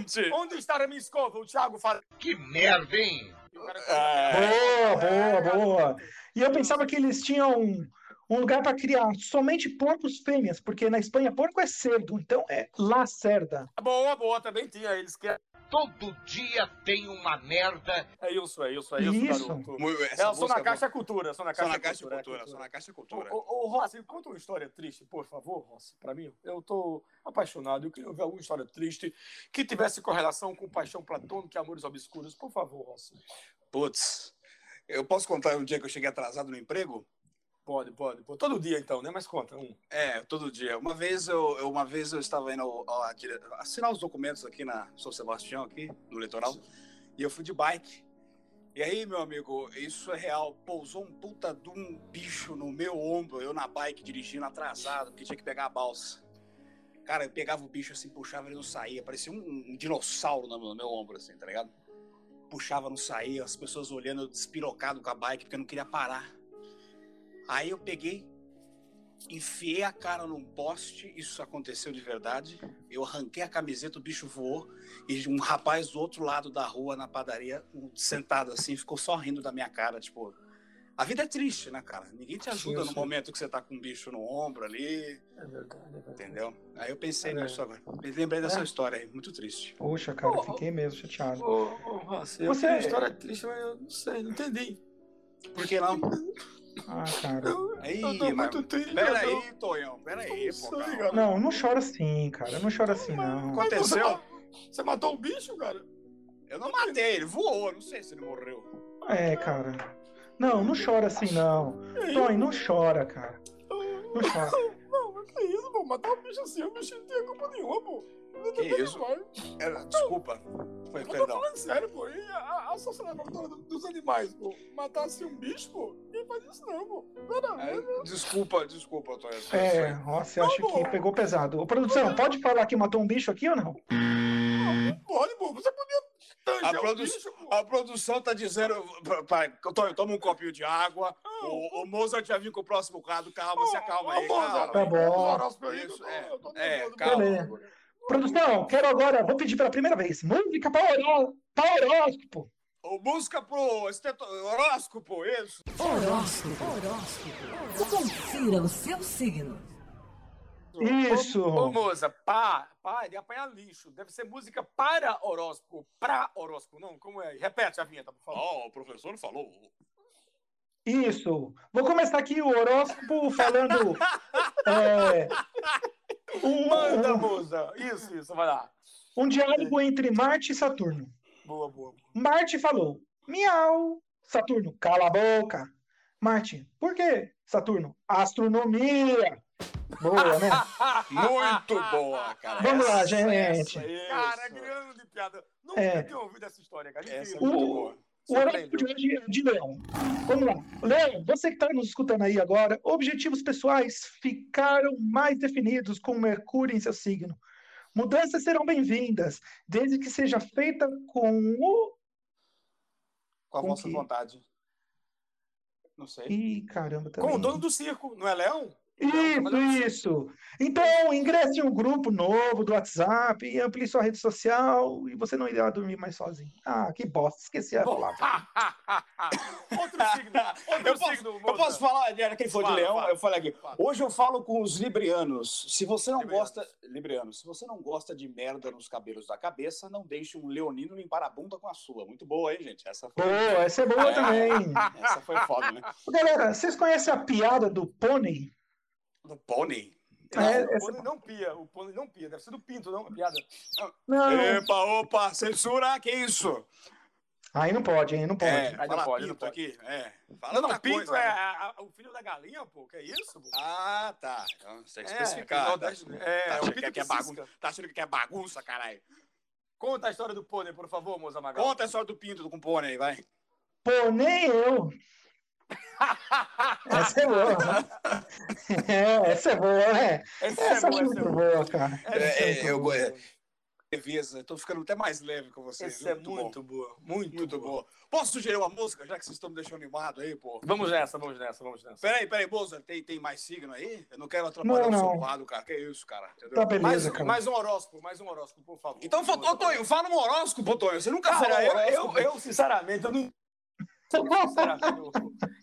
S2: Exatamente!
S7: Onde está a minha escova? O Thiago fala. Que merda, hein?
S1: Boa, boa, boa.
S7: É, garoto.
S1: E eu pensava que eles tinham um, um lugar para criar somente porcos fêmeas, porque na Espanha porco é cerdo, então é lacerda.
S7: Boa, boa, também tinha. Eles que
S6: Todo dia tem uma merda.
S7: É isso, é isso, é isso,
S1: Isso.
S7: garoto.
S2: Mu- essa
S7: É, só
S2: música
S7: na
S2: é
S7: Caixa Cultura, só na
S2: boa.
S7: Caixa
S2: Só na
S7: Cultura.
S2: Caixa é Cultura, só na Caixa é Cultura.
S7: Ô, ô, ô, Rossi, conta uma história triste, por favor, Rossi, pra mim. Eu tô apaixonado, eu queria ouvir alguma história triste que tivesse correlação com paixão platônica e amores obscuros. Por favor, Rossi.
S2: Putz, eu posso contar um dia que eu cheguei atrasado no emprego?
S7: Pode, pode. pode. Todo dia, então, né? Mas conta. Um.
S2: É, todo dia. Uma vez eu, eu- uma vez eu estava indo ao- ao- à dire- assinar os documentos aqui na São Sebastião, aqui no litoral, e eu fui de bike. E aí, meu amigo, isso é real. Pousou um puta de um bicho no meu ombro, eu na bike dirigindo atrasado, porque tinha que pegar a balsa. Cara, eu pegava o bicho assim, puxava, ele não saía. Parecia um, um dinossauro no meu, no meu ombro, assim, tá ligado? Puxava, não saía, as pessoas olhando eu despirocado com a bike, porque eu não queria parar. Aí eu peguei, enfiei a cara num poste, isso aconteceu de verdade. Eu arranquei a camiseta, o bicho voou e um rapaz do outro lado da rua, na padaria, um- sentado assim, ficou só rindo da minha cara, tipo. A vida é triste, né, cara? Ninguém te ajuda
S7: Sim,
S2: no
S7: sim.
S2: momento que você tá com um bicho no ombro ali,
S7: É verdade, é verdade.
S2: entendeu? Aí eu pensei
S7: É.
S2: nisso agora. Me lembrei dessa história aí, muito triste.
S1: Poxa, cara,
S7: Ô,
S1: eu fiquei mesmo chateado.
S7: Ô, ô, Rossi, eu
S1: Você-
S7: tenho uma história triste, mas eu não sei, não entendi.
S2: Por que não?
S1: Ah, cara.
S7: Eu,
S2: Aí,
S7: eu tô
S2: mas-
S7: muito triste. eu tô-
S2: Peraí, Tonhão, peraí,
S7: Não
S2: pô.
S7: sei,
S2: calma.
S7: cara.
S1: Não, não chora assim, cara. Não chora assim, não.
S7: Mas você
S2: Aconteceu?
S7: ma- Você matou um bicho, cara?
S2: Eu não matei, ele voou, eu não sei se ele morreu.
S1: É, cara. Não, não chora assim, não. Tonho, não chora, cara. Não chora.
S9: Não, que isso, pô? Matar um bicho assim, o bicho não tem culpa nenhuma, pô. Não tem
S2: Que isso?
S9: Vai.
S2: Ela- desculpa. Foi,
S9: Eu tô
S2: perdão.
S9: falando sério, pô. E a, a sociedade protetora do- dos animais, pô. Matar assim um bicho, pô. Ninguém faz isso, não, pô. Não, não.
S2: É, Desculpa, desculpa, Antônio.
S1: É, nossa, eu acho que pegou pesado. Ô, produção, pode falar que matou um bicho aqui ou não?
S9: Não pode, pô. Você podia
S2: A,
S9: tanger o
S2: produ-
S9: bicho, pô.
S2: a produção tá dizendo. pra- pra- Antônio, toma um copinho de água. O, o Mozart já vem com o próximo quadro. Calma, se acalma aí.
S9: Ô,
S2: calma.
S9: Mozart,
S1: Tá bom.
S9: os horóscopos pra mim,
S2: Isso,
S9: eu tô-
S2: é.
S9: eu tô
S2: É,
S9: nervoso,
S2: calma.
S9: pô.
S1: Produção, quero agora, vou pedir pela primeira vez, música para horó- para horóscopo.
S2: Ô, Música pro esteto- horóscopo, isso.
S4: Horóscopo. Confira o seu signo.
S1: Isso.
S7: Ô, ô, moça, pá, pá, ele apanha lixo. Deve ser música para horóscopo, pra horóscopo, não? Como é? Repete a vinheta, por favor.
S2: Ó, o professor falou.
S1: Isso. Vou começar aqui o horóscopo falando. é,
S7: Manda,
S1: um,
S7: moça. Isso, isso, vai lá.
S1: um diálogo entre Marte e Saturno.
S7: Boa, boa.
S1: Marte falou: Miau. Saturno, cala a boca. Marte, por quê? Saturno, astronomia. Boa, né?
S7: assim.
S2: Muito boa, cara.
S1: Vamos lá,
S2: Essa-
S1: gente.
S2: essa- isso.
S7: Cara, grande piada. Nunca
S1: É.
S7: tinha ouvido essa história, cara.
S2: Essa é
S7: Incrível.
S2: muito
S1: O-
S2: boa.
S1: O horóscopo de hoje é de Leão. Vamos lá. Leão, você que está nos escutando aí agora, objetivos pessoais ficaram mais definidos com Mercúrio em seu signo. Mudanças serão bem-vindas, desde que seja feita com o.
S2: Com a
S1: Com
S2: vossa
S1: que?
S2: vontade. Não sei.
S1: Ih, caramba, tá também.
S7: Com o dono do circo, não é leão?
S1: Isso,
S7: assim.
S1: isso. Então, ingresse em um grupo novo do WhatsApp e amplie sua rede social e você não irá dormir mais sozinho. Ah, que bosta, esqueci a palavra.
S7: (laughs) Outro
S2: (laughs)
S7: signo. Outro
S2: (laughs) Eu posso-
S7: signo,
S2: Eu posso falar, era quem foi de
S7: Fala,
S2: leão,
S7: fala.
S2: eu falei aqui.
S7: Fala.
S2: Hoje eu falo com os librianos. Se você não
S7: Librianos.
S2: gosta, librianos, se você não gosta de merda nos cabelos da cabeça, não deixe um leonino limpar a bunda com a sua. Muito boa, hein, gente? Essa foi,
S1: Boa, essa é boa
S7: (laughs)
S2: É.
S1: também.
S2: essa foi foda, né?
S1: Galera, vocês conhecem a piada do pônei?
S2: (laughs) Do pônei.
S7: Não,
S1: É,
S7: Então, o
S1: essa-
S7: pônei não pia, o pônei não pia. Deve ser do pinto, não? A piada.
S1: Não.
S2: Epa, opa, censura, que isso?
S1: Aí não pode, aí não pode.
S2: É,
S7: Aí não
S2: fala
S7: pode,
S2: pinto
S7: não pode.
S2: aqui. É. Fala
S7: Não, não,
S2: outra
S7: pinto
S2: coisa,
S7: é
S2: né?
S7: a- a- o filho da galinha, pô. Que é isso, pô?
S2: Ah, tá. Então, você tem que
S7: É,
S2: especificar.
S7: não,
S2: tá,
S7: tá- é,
S2: tá
S7: é o
S2: achando
S7: pinto
S2: que, aqui é
S7: que
S2: bagunça,
S7: cisca.
S2: tá achando que aqui é bagunça, caralho.
S7: Conta a história do pônei, por favor, moça Magal.
S2: Conta a história do pinto com o pônei, vai.
S1: Pô, nem
S7: (laughs)
S1: eu. Essa é boa. (laughs) É, essa é boa, é.
S7: Essa
S1: Essa eu acho
S7: é boa, essa é então,
S1: muito
S7: boa.
S1: boa, cara.
S7: Essa
S2: É, eu-
S7: boa.
S2: é, Leveza, tô ficando até mais leve com vocês.
S7: Essa
S2: viu?
S7: é muito boa. Muito,
S2: Muito
S7: boa.
S2: boa. Posso sugerir uma música, já que vocês estão me deixando animado aí, pô?
S7: Vamos nessa, vamos nessa, vamos nessa.
S2: Peraí, peraí, Bolsa, tem, tem mais signo aí? Eu não quero
S1: Não,
S2: atrapalhar o seu
S1: não.
S2: quadro, cara. Que isso, cara. entendeu?
S1: Tá beleza,
S7: Mais,
S1: cara.
S7: mais um horóscopo, mais um horóscopo, por favor.
S2: Então, fa- ô, Tonho, fala um horóscopo, Tonho. Você nunca falou
S7: Cara, eu, eu,
S2: um horóscopo.
S7: eu, sinceramente, eu não. Sinceramente, eu,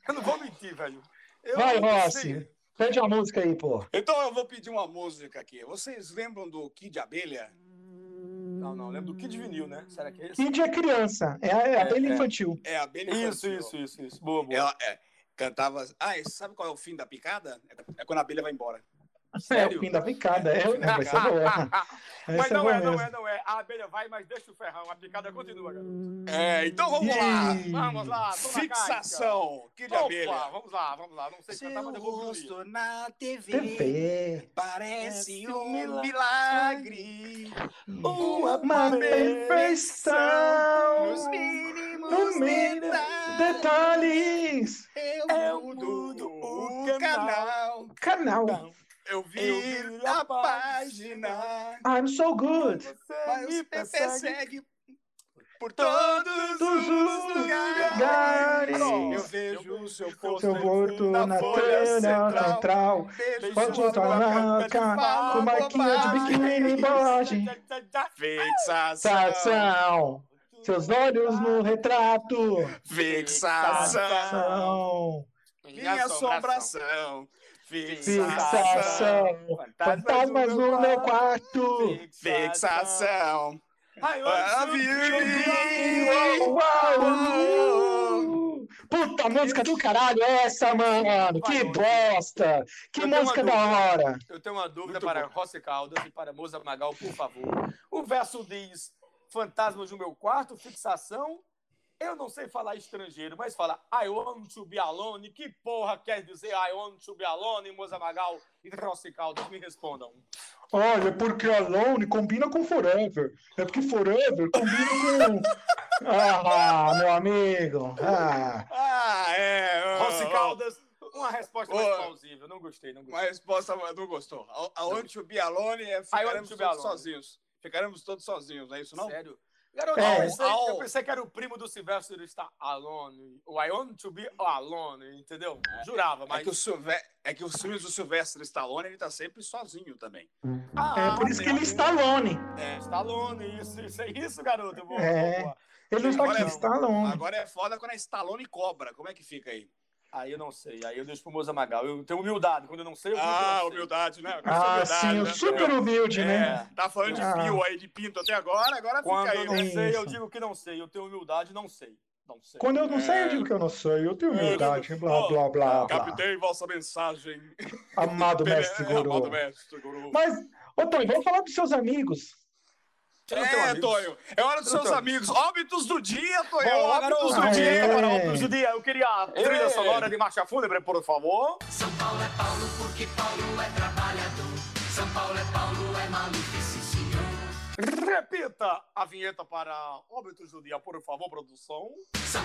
S7: eu não vou mentir, velho. Eu
S1: Vai,
S7: não
S1: Rossi.
S7: sei.
S1: Pede uma música aí, pô.
S2: Então eu vou pedir uma música aqui. Vocês lembram do Kid Abelha?
S7: Não, não, lembro do Kid Vinil, né? Será que é esse?
S1: Kid é criança, é a, é a abelha
S7: é.
S1: infantil.
S2: É, Abelha
S7: Isso,
S2: Infantil.
S7: isso, isso, isso. Boa, boa.
S2: Ela é, cantava. Ah, e sabe qual é o fim da picada? É quando a abelha vai embora.
S1: É o
S7: Sério?
S1: fim da picada. É,
S2: da
S1: vai ser boa. Vai
S7: (laughs) Mas
S1: ser
S7: não
S1: boa
S7: é, não
S1: mesmo.
S7: é, não é. A abelha vai, mas deixa o ferrão. A picada continua, garoto.
S2: É, então vamos lá.
S1: Ih,
S7: Vamos lá, tô na
S2: Fixação, Kid
S7: Caixa. Opa,
S2: Abelha.
S7: vamos lá, vamos lá. Não sei cantar, mas eu vou dormir.
S2: na TV
S1: TV.
S2: parece
S7: um
S2: milagre.
S1: Uma perfeição. No mínimo detalhes.
S2: Eu mudo o canal.
S1: Canal.
S2: Eu viro a página.
S1: I'm so good.
S2: Mas me persegue por todos os
S1: lugares.
S2: lugares. Eu vejo o seu posto
S1: Seu morto na
S2: tá, Folha
S1: telha central.
S2: Beijo
S1: Pode
S2: na
S1: entrar na
S2: boca,
S1: cama
S2: fala
S1: com marquinha de
S2: bobagem.
S1: biquíni e bolagem.
S2: Fixação.
S1: Sação. Seus olhos no retrato.
S2: Fixação.
S1: São.
S2: Minha assombração. Fixação.
S1: Fixação. Fantasmas no meu quarto.
S2: Fixação.
S7: Ai, eu
S2: Love
S1: Uau,
S2: you.
S1: uau, uau. Puta música do caralho é essa, mano. Que bosta. Que
S7: Eu tenho uma
S1: música da
S7: dúvida.
S1: hora.
S7: Eu tenho uma dúvida
S2: Muito
S7: para
S2: bom.
S7: Rossi Caldas e para Moza Magal, por favor. O verso diz: fantasmas no meu quarto, fixação Eu não sei falar estrangeiro, mas fala I want to be alone. Que porra quer dizer I want to be alone, Moza Magal e Rossi Caldas? Me respondam.
S1: Olha, porque Alone combina com Forever. É porque Forever (laughs) combina com. Ah, meu amigo. Ah.
S2: Ah, é.
S7: Rossi
S2: ó,
S7: Caldas, uma resposta mais
S2: Ô.
S7: plausível. Não gostei, não
S2: ó, Uma
S7: gostei.
S2: resposta mas não gostou. A- Aonde to be alone é
S7: Aonde
S2: ficaremos
S7: to be
S2: todos
S7: alone.
S2: sozinhos. Ficaremos todos sozinhos, não é isso não?
S7: Sério? Garoto,
S1: É.
S7: eu, pensei, eu
S2: Au.
S7: pensei que era o primo do Silvestre ele está alone. O I want to be alone, entendeu? Jurava,
S2: É
S7: mas.
S2: que, o Silve... é que os filmes do Sylvester Stallone, ele tá sempre sozinho também.
S1: É por isso que ele
S7: meu
S1: está Alone.
S7: ah, É, Stallone, isso, isso é isso, garoto. Boa,
S1: É.
S7: boa, boa.
S1: Ele não está
S2: Agora
S1: aqui,
S2: é-
S1: está Alone.
S2: Agora é foda quando é Stallone e cobra. Como é que fica aí?
S7: Aí eu não sei, aí eu deixo pro Moza Magal. Eu tenho humildade, quando eu não sei, eu digo que eu
S2: Ah,
S7: não sei.
S2: humildade, né?
S1: Ah,
S2: Humildade,
S1: sim, o
S2: né?
S1: super humilde, né?
S2: É, tá falando
S1: Ah.
S2: de pio aí, de pinto até agora, agora
S7: Quando
S2: fica
S7: eu
S2: aí,
S7: não
S2: né?
S1: né?
S7: sei, eu
S1: Isso.
S7: digo que não sei. Eu tenho humildade, não sei. Não sei.
S1: Quando eu não sei, eu digo que eu não sei. É. Eu tenho humildade, blá, blá, blá, blá.
S2: Captei vossa mensagem.
S1: Amado
S2: (laughs)
S1: mestre
S2: Pere-
S1: guru.
S2: Amado mestre guru.
S1: Mas, ô Tony, vamos falar dos seus amigos.
S7: Você não tem um
S2: É,
S7: amigo?
S2: Tonho, é hora dos
S7: Eu não
S2: seus
S7: tenho
S2: amigos. Óbitos do dia, Tonho.
S7: Boa,
S2: Óbitos
S7: garoto. É.
S2: do
S1: Aê.
S2: dia.
S7: Para outros dias, eu queria a trilha
S2: Ei.
S7: sonora de marcha fúnebre, por favor. Repita a vinheta para Óbitos do Dia, por favor, produção. é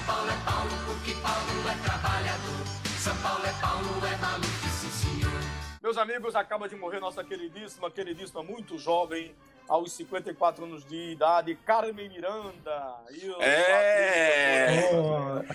S7: é Meus amigos, acaba de morrer nossa queridíssima, queridíssima, muito jovem, aos 54 anos de idade, Carmen Miranda. E o-
S2: É.
S1: Ô, a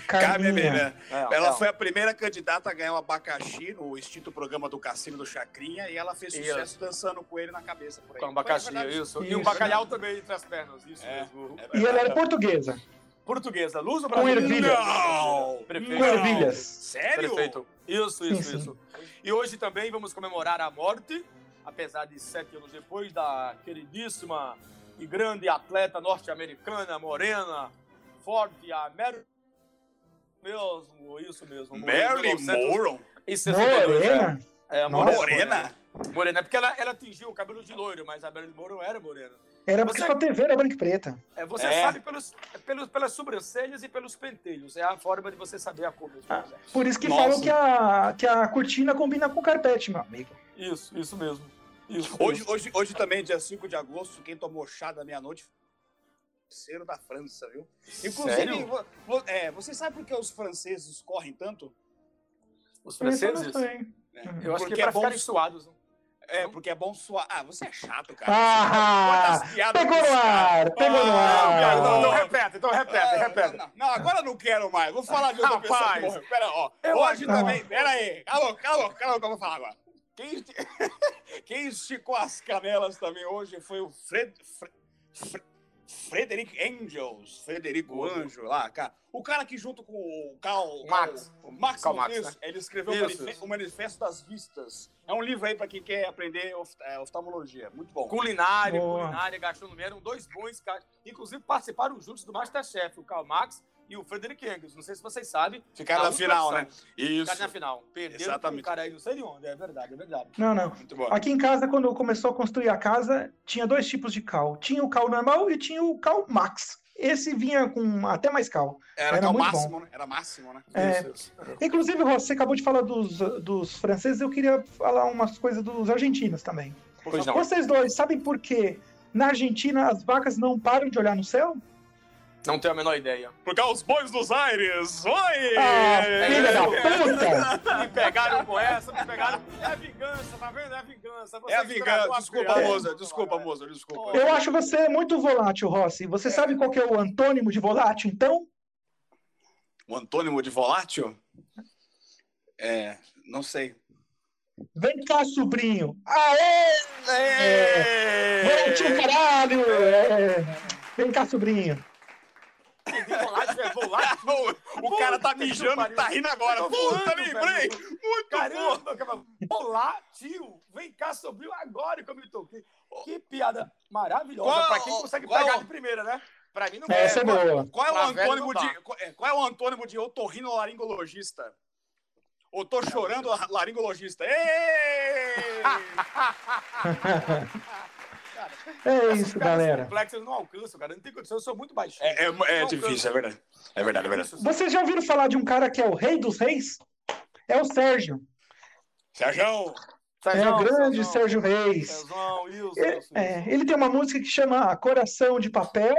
S1: Carminha.
S2: Carmen né? Miranda.
S7: É,
S2: Ela
S7: é.
S2: foi a primeira candidata a ganhar o abacaxi no extinto programa do Cassino do Chacrinha e ela fez
S7: Isso.
S2: sucesso dançando com ele na cabeça por aí.
S7: Com abacaxi,
S2: Foi, na verdade,
S7: é. isso. E um
S1: Isso.
S7: bacalhau também entre as pernas, isso
S2: É.
S1: E
S7: mesmo.
S2: é verdade.
S1: ela era portuguesa.
S7: Portuguesa, luz brasileira.
S1: ervilhas.
S2: Não!
S1: Com
S2: Não.
S1: ervilhas.
S2: Sério?
S7: Perfeito. Isso,
S1: Sim,
S7: isso,
S1: sim.
S7: isso. E hoje também vamos comemorar a morte, apesar de sete anos depois, da queridíssima e grande atleta norte-americana, morena, forte, a Mary... Mesmo, isso mesmo. morreu em
S2: Marilyn
S7: 1900
S2: Monroe?
S7: e 62,
S1: Morena?
S2: né?
S7: É, é,
S1: Nossa.
S2: Morena?
S7: Morena, é porque ela, ela tingiu o cabelo de loiro, mas a Marilyn Monroe era morena.
S1: Era porque
S7: Você-
S1: sua TV era branca e preta.
S7: É, você
S2: É.
S7: sabe pelos, pelos, pelas sobrancelhas e pelos penteios. É a forma de você saber a cor dos
S2: Ah.
S7: personagens.
S1: Por isso que
S2: Nossa.
S1: falam que a, que a cortina combina com o carpete, meu amigo.
S7: Isso, isso mesmo. Isso,
S2: Hoje,
S7: isso.
S2: hoje, hoje também, dia 5 de agosto, quem tomou chá da meia-noite foi o terceiro da França, viu? Inclusive,
S7: Sério?
S2: vo- vo- é, você sabe por que os franceses correm tanto?
S7: os
S1: Eu
S7: franceses,
S1: não sei.
S7: eu acho
S2: Porque
S7: que é
S2: é
S7: pra
S2: bom-
S7: ficarem suados. né?
S2: É, porque é bom suar. Ah, você é chato, cara.
S1: Ah,
S2: Quantas piadas
S1: Pegou no
S2: desse cara.
S1: ar, pegou no
S2: Ah,
S1: ar.
S2: não,
S7: Então repete, então repete,
S2: Ah,
S7: repete.
S2: Não, não, agora eu não quero mais. Vou falar de outra pessoa que
S7: Rapaz.
S2: morreu. Pera, ó.
S7: Eu
S2: Hoje
S7: acho-
S2: também. Pera aí. Calma, calma, calma que eu vou falar agora. Quem, esti- (laughs) Quem esticou as canelas também hoje foi o Fred... Fre- Fre- Frederick Angels. Frederico Anjo lá, cara. O cara que junto com o Karl...
S7: Marx.
S2: O Max,
S7: Karl Marx,
S2: Rodrigues, ele escreveu o
S7: né? Isso.
S2: Manife- o Manifesto das Vistas. É um livro aí pra quem quer aprender of- é, oftalmologia. Muito bom.
S7: Culinária,
S1: Boa.
S7: culinária, gastronomia, eram dois bons caras. Inclusive participaram juntos do Masterchef, o Karl Marx e o Frederick Engels. Não sei se vocês sabem. Tá um
S2: Ficaram
S7: na
S2: na
S7: última
S2: final,
S7: edição.
S2: né? Isso.
S7: Ficaram na final. Perderam com
S2: Exatamente.
S7: um cara aí, não sei de onde. É verdade, é verdade.
S1: Não, não.
S2: Muito bom.
S1: Aqui em casa, quando começou a construir a casa, tinha dois tipos de cal. Tinha o cal normal e tinha o cal max. Cal Esse vinha com até mais cal.
S2: Era,
S1: Era
S2: que é o
S1: muito
S2: máximo, né? Era máximo, né?
S1: É. Inclusive, Rossi, você acabou de falar dos, dos franceses, eu queria falar umas coisas dos argentinos também.
S7: Pois não.
S1: Vocês dois sabem por que na Argentina as vacas não param de olhar no céu?
S7: Não tenho a menor ideia.
S2: Porque é os bois dos aires! Oi!
S1: Ah,
S7: isso.
S1: filha da puta!
S7: Me pegaram com essa, me pegaram. É vingança, tá vendo? É vingança. Você
S2: É a
S7: que
S2: vingança.
S7: estragou
S2: Desculpa,
S7: piada.
S2: moça. Desculpa, moça. Desculpa.
S1: Eu acho você muito volátil, Rossi. Você sabe qual que é o antônimo de volátil, então?
S2: O antônimo de volátil? É, não sei.
S1: Vem cá, sobrinho! Aê!
S7: É.
S2: É.
S1: Vem te caralho! É. Vem cá, sobrinho!
S7: Volátil, é volátil.
S2: O cara tá mijando, tá rindo agora. Puta, lembrei!
S7: Muito Caramba, cara. volátil. Vem cá, sobrou agora que eu me toquei. Que piada maravilhosa.
S2: Qual-
S7: pra quem consegue
S2: qual-
S7: pegar de primeira, né? Pra mim não é.
S1: Essa é boa.
S2: Qual é o
S7: Pra velho
S2: antônimo
S7: não tá. dá.
S2: de. qual é- Qual é o antônimo de otorrinolaringologista? Ou tô chorando É,
S7: (laughs)
S2: la- laringologista. Ei!
S1: É isso,
S7: Caras
S1: galera.
S7: complexas não alcançam, cara. Não tem condição, eu sou muito baixinho.
S2: É, é- é difícil, é verdade. É verdade, é verdade.
S1: Vocês já ouviram falar de um cara que é o rei dos reis? É o Sérgio.
S2: Sérgio!
S1: é o grande Sérgio Reis.
S7: Sérgio Wilson.
S1: Ele, é, ele tem uma música que chama Coração de Papel,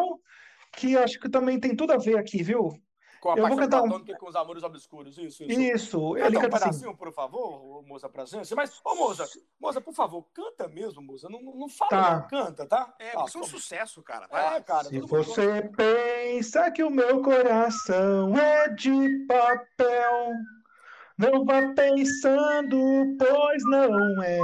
S1: que acho que também tem tudo a ver aqui, viu?
S7: Com a
S1: eu vou
S7: paixão
S1: cantar um-
S7: platônica e com os amores obscuros. Isso, isso.
S1: Isso,
S7: Canta
S1: ele
S7: um
S1: canta assim.
S7: pedacinho, por favor, ô, moça, pra gente. Mas, ô, moça, moça, por favor, canta mesmo, moça. Não, não fala,
S1: Tá.
S7: não. Canta, tá?
S2: É,
S7: Tá,
S2: isso é um
S7: tá bom.
S2: sucesso, cara. Vai lá.
S7: É, cara.
S1: Se
S7: todo mundo-
S1: você pensa que o meu coração é de papel, não vá pensando, pois não é.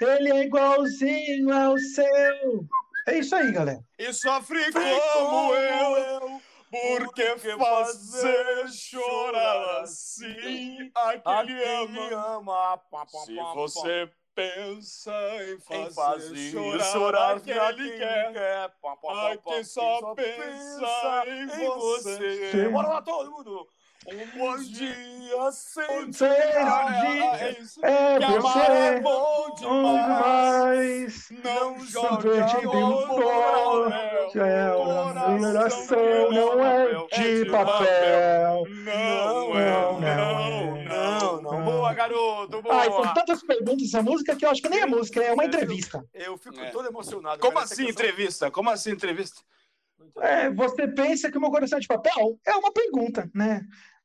S1: Ele é igualzinho ao seu. É isso aí, galera.
S2: E sofre
S7: Como eu,
S2: porque
S7: porque
S2: fazer
S7: fazer
S2: chorar
S7: chorar
S2: assim
S7: a
S2: aquele
S7: quem me
S2: ama.
S7: ama. Pá, pá,
S2: Se
S7: pá, pá.
S2: você pensa em
S7: Quem
S2: fazer,
S7: faz
S2: chorar,
S7: chorar
S2: aquele é.
S7: aquele
S2: quer,
S7: quer. Pá, pá, pá,
S2: ai,
S7: pá.
S2: quem só pensa em você.
S1: Sim.
S7: Bora lá, todo mundo.
S2: Bom
S7: Um
S2: dia,
S7: dia sem
S1: Você
S2: é
S1: é
S2: isso.
S1: é
S2: Que amar é
S1: você
S2: bom demais.
S1: demais.
S2: Não jogue
S1: Sorvete
S2: a
S1: de
S2: bola,
S1: É papel,
S2: coração
S1: coração não é
S2: é de
S1: de papel.
S2: Não,
S1: Não,
S2: é,
S1: não,
S2: não,
S7: Não,
S2: não.
S7: não. Boa, garoto, boa.
S1: Ai, são tantas perguntas essa música que eu acho que nem é música, é uma entrevista.
S7: Eu fico
S2: É.
S7: todo emocionado.
S2: Como
S7: cara. Essa
S2: assim
S7: canção-
S2: entrevista? Como assim entrevista?
S1: É, você pensa que o meu coração é de papel? É uma pergunta, né?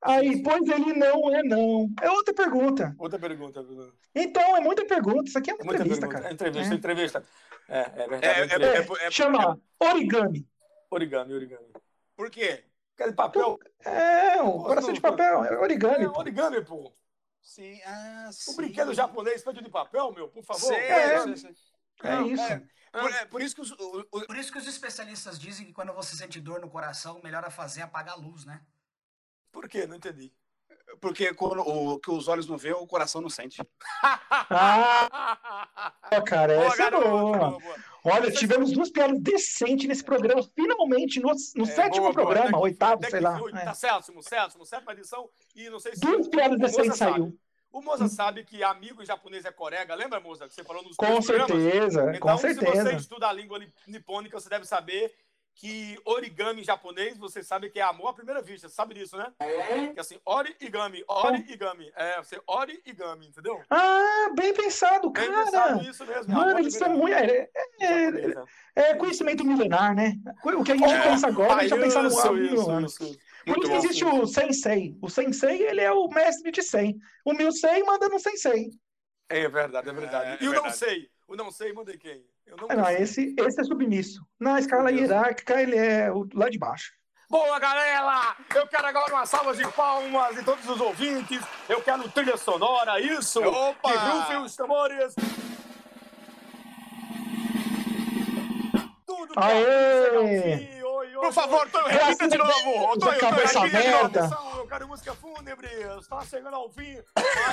S1: Aí, pois ele não é não. É outra pergunta.
S7: Outra pergunta, Bruno.
S1: Então, é muita pergunta. Isso aqui é uma
S7: Muita
S1: entrevista,
S7: pergunta.
S1: cara.
S7: Entrevista,
S1: É.
S7: entrevista. É, é verdade.
S2: É,
S7: entrevista.
S2: é, é, é,
S1: Chama Origami.
S7: Origami, origami.
S2: é, por quê?
S7: Cara, de papel.
S1: É, o
S7: Pô,
S1: coração
S7: não,
S1: de papel, é origami.
S7: É
S1: pô.
S7: origami, pô.
S2: Sim, ah,
S7: O
S2: sim.
S7: brinquedo japonês feito de papel, meu, por favor.
S2: Sim,
S1: É.
S2: sim, sim.
S1: É isso.
S2: Por, é por isso que os, o- o-
S10: Por isso que os especialistas dizem que quando você sente dor no coração, o melhor a fazer é apagar a luz, né?
S7: Por quê? Não entendi.
S2: porque quando o que os olhos não veem, o coração não sente.
S1: Ah, cara,
S7: Boa,
S1: essa é
S7: garoto, é
S1: boa.
S7: boa, boa.
S1: Olha, tivemos duas piadas decentes nesse programa, finalmente, no, no
S7: É,
S1: sétimo
S7: boa, boa.
S1: programa,
S7: Até que-
S1: oitavo,
S7: até
S1: sei
S7: que
S1: lá.
S7: foi,
S1: É.
S7: Tá sétimo, sétimo, sétima edição. E não sei se.
S1: Duas piadas
S7: o Moza
S1: decentes
S7: sabe.
S1: saiu.
S7: O Moza sabe que amigo em japonês é corega, lembra, Moza? Que você falou nos
S1: Com
S7: dois programas?
S1: certeza,
S7: Então,
S1: com
S7: se você
S1: certeza.
S7: estuda a língua nip- nipônica, você deve saber que origami em japonês, você sabe que é amor à primeira vista. Você sabe disso, né?
S2: É.
S7: Que assim, origami, origami. É, você origami, entendeu?
S1: Ah, bem pensado,
S7: Bem
S1: cara.
S7: pensado isso mesmo. é amor à
S1: Mano, eles
S7: primeira
S1: são muito. É, é-
S7: vista, japonês, né?
S1: é conhecimento milenar, né? O que a gente pensa agora, a gente já pensa no
S7: É,
S1: né?
S7: Isso,
S1: há mil
S7: isso,
S1: anos.
S7: isso.
S1: Por
S7: Muito
S1: isso que
S7: bom.
S1: existe o sensei. O sensei, ele é o mestre de 100. O meu sei manda no sensei.
S7: É verdade, é verdade.
S2: É, é
S7: e o não
S2: verdade.
S7: sei? O não sei, mandei quem? Eu não,
S1: Ah, Não,
S7: sei.
S1: esse, esse é submisso. Na escala
S7: Meu Deus.
S1: hierárquica, ele é o lá de baixo.
S7: Boa, galera! Eu quero agora uma salva de palmas de todos os ouvintes. Eu quero trilha sonora, isso!
S2: Opa!
S7: Que rufem os tambores! Tudo que
S1: Aê!
S7: é legalzinho, oi, oi,
S2: Por favor, Tonho,
S1: É
S2: repita
S1: assim
S2: de novo. Tonho,
S1: acaba
S2: Tonho,
S1: essa
S2: repita de
S1: merda.
S2: novo.
S7: oi. Eu quero música fúnebre! Está chegando ao fim!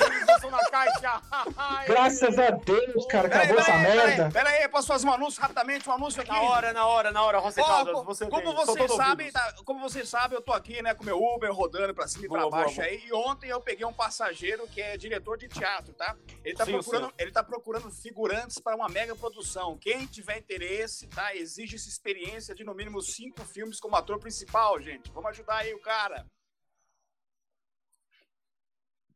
S7: Mais edição na caixa! Ai,
S1: Graças a Deus, cara,
S2: Peraí,
S1: acabou essa
S2: peraí, peraí,
S1: merda.
S2: Peraí, eu posso fazer um anúncio rapidamente, um anúncio aqui.
S7: Na hora, na hora, na hora, Rossi
S2: Ó,
S7: Caldas,
S2: co-
S7: você
S2: como
S7: tem, sou
S2: vocês
S7: todo
S2: sabem,
S7: ouvidos.
S2: tá- como vocês sabem, eu tô aqui, né, com meu Uber rodando pra cima e
S7: Boa,
S2: pra
S7: boa,
S2: baixo
S7: boa.
S2: aí. E ontem eu peguei um passageiro que é diretor de teatro, tá? Ele tá
S7: Sim,
S2: procurando,
S7: senhor.
S2: ele tá procurando figurantes para uma mega produção. Quem tiver interesse, tá? Exige essa experiência de no mínimo cinco filmes como ator principal, gente. Vamos ajudar aí o cara.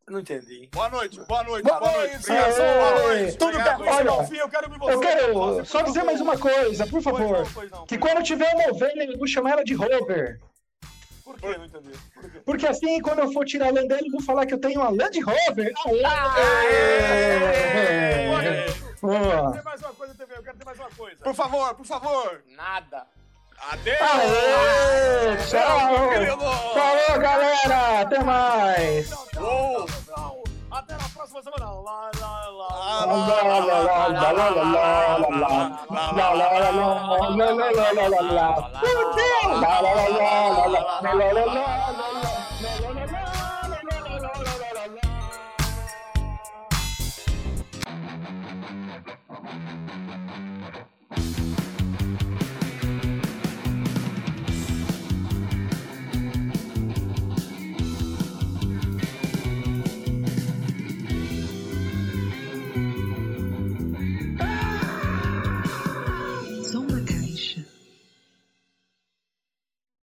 S7: Não entendi.
S2: Boa noite, boa noite,
S7: Boa noite,
S2: Obrigado,
S1: Aê!
S2: boa noite.
S7: Tudo
S2: Obrigado,
S7: bem?
S1: Olha,
S7: Olha, fim, eu quero me você.
S1: Eu quero só dizer mais uma coisa, por favor.
S7: Pois não,
S1: Que
S7: pois
S1: quando tiver uma ovelha, eu vou chamar ela de Rover.
S7: não. Por que? Não entendi. Por quê?
S1: Porque assim, quando eu for tirar a lã dele, eu vou falar que eu tenho uma Land Rover. Aê!
S7: Olha,
S1: Boa.
S7: Tem mais uma coisa, TV. Eu quero ter mais uma coisa.
S2: Por favor, por favor.
S7: Nada.
S2: Adeus.
S7: Ah,
S1: Aê! Tchau! Falou, galera! Até mais!
S7: Tchau, tchau,
S2: Uou.
S7: tchau, tchau. Até na próxima semana. Lá, lá, lá.
S2: Lá, lá, lá, lá, lá, lá, lá, lá, lá, lá, lá.
S1: Meu Deus!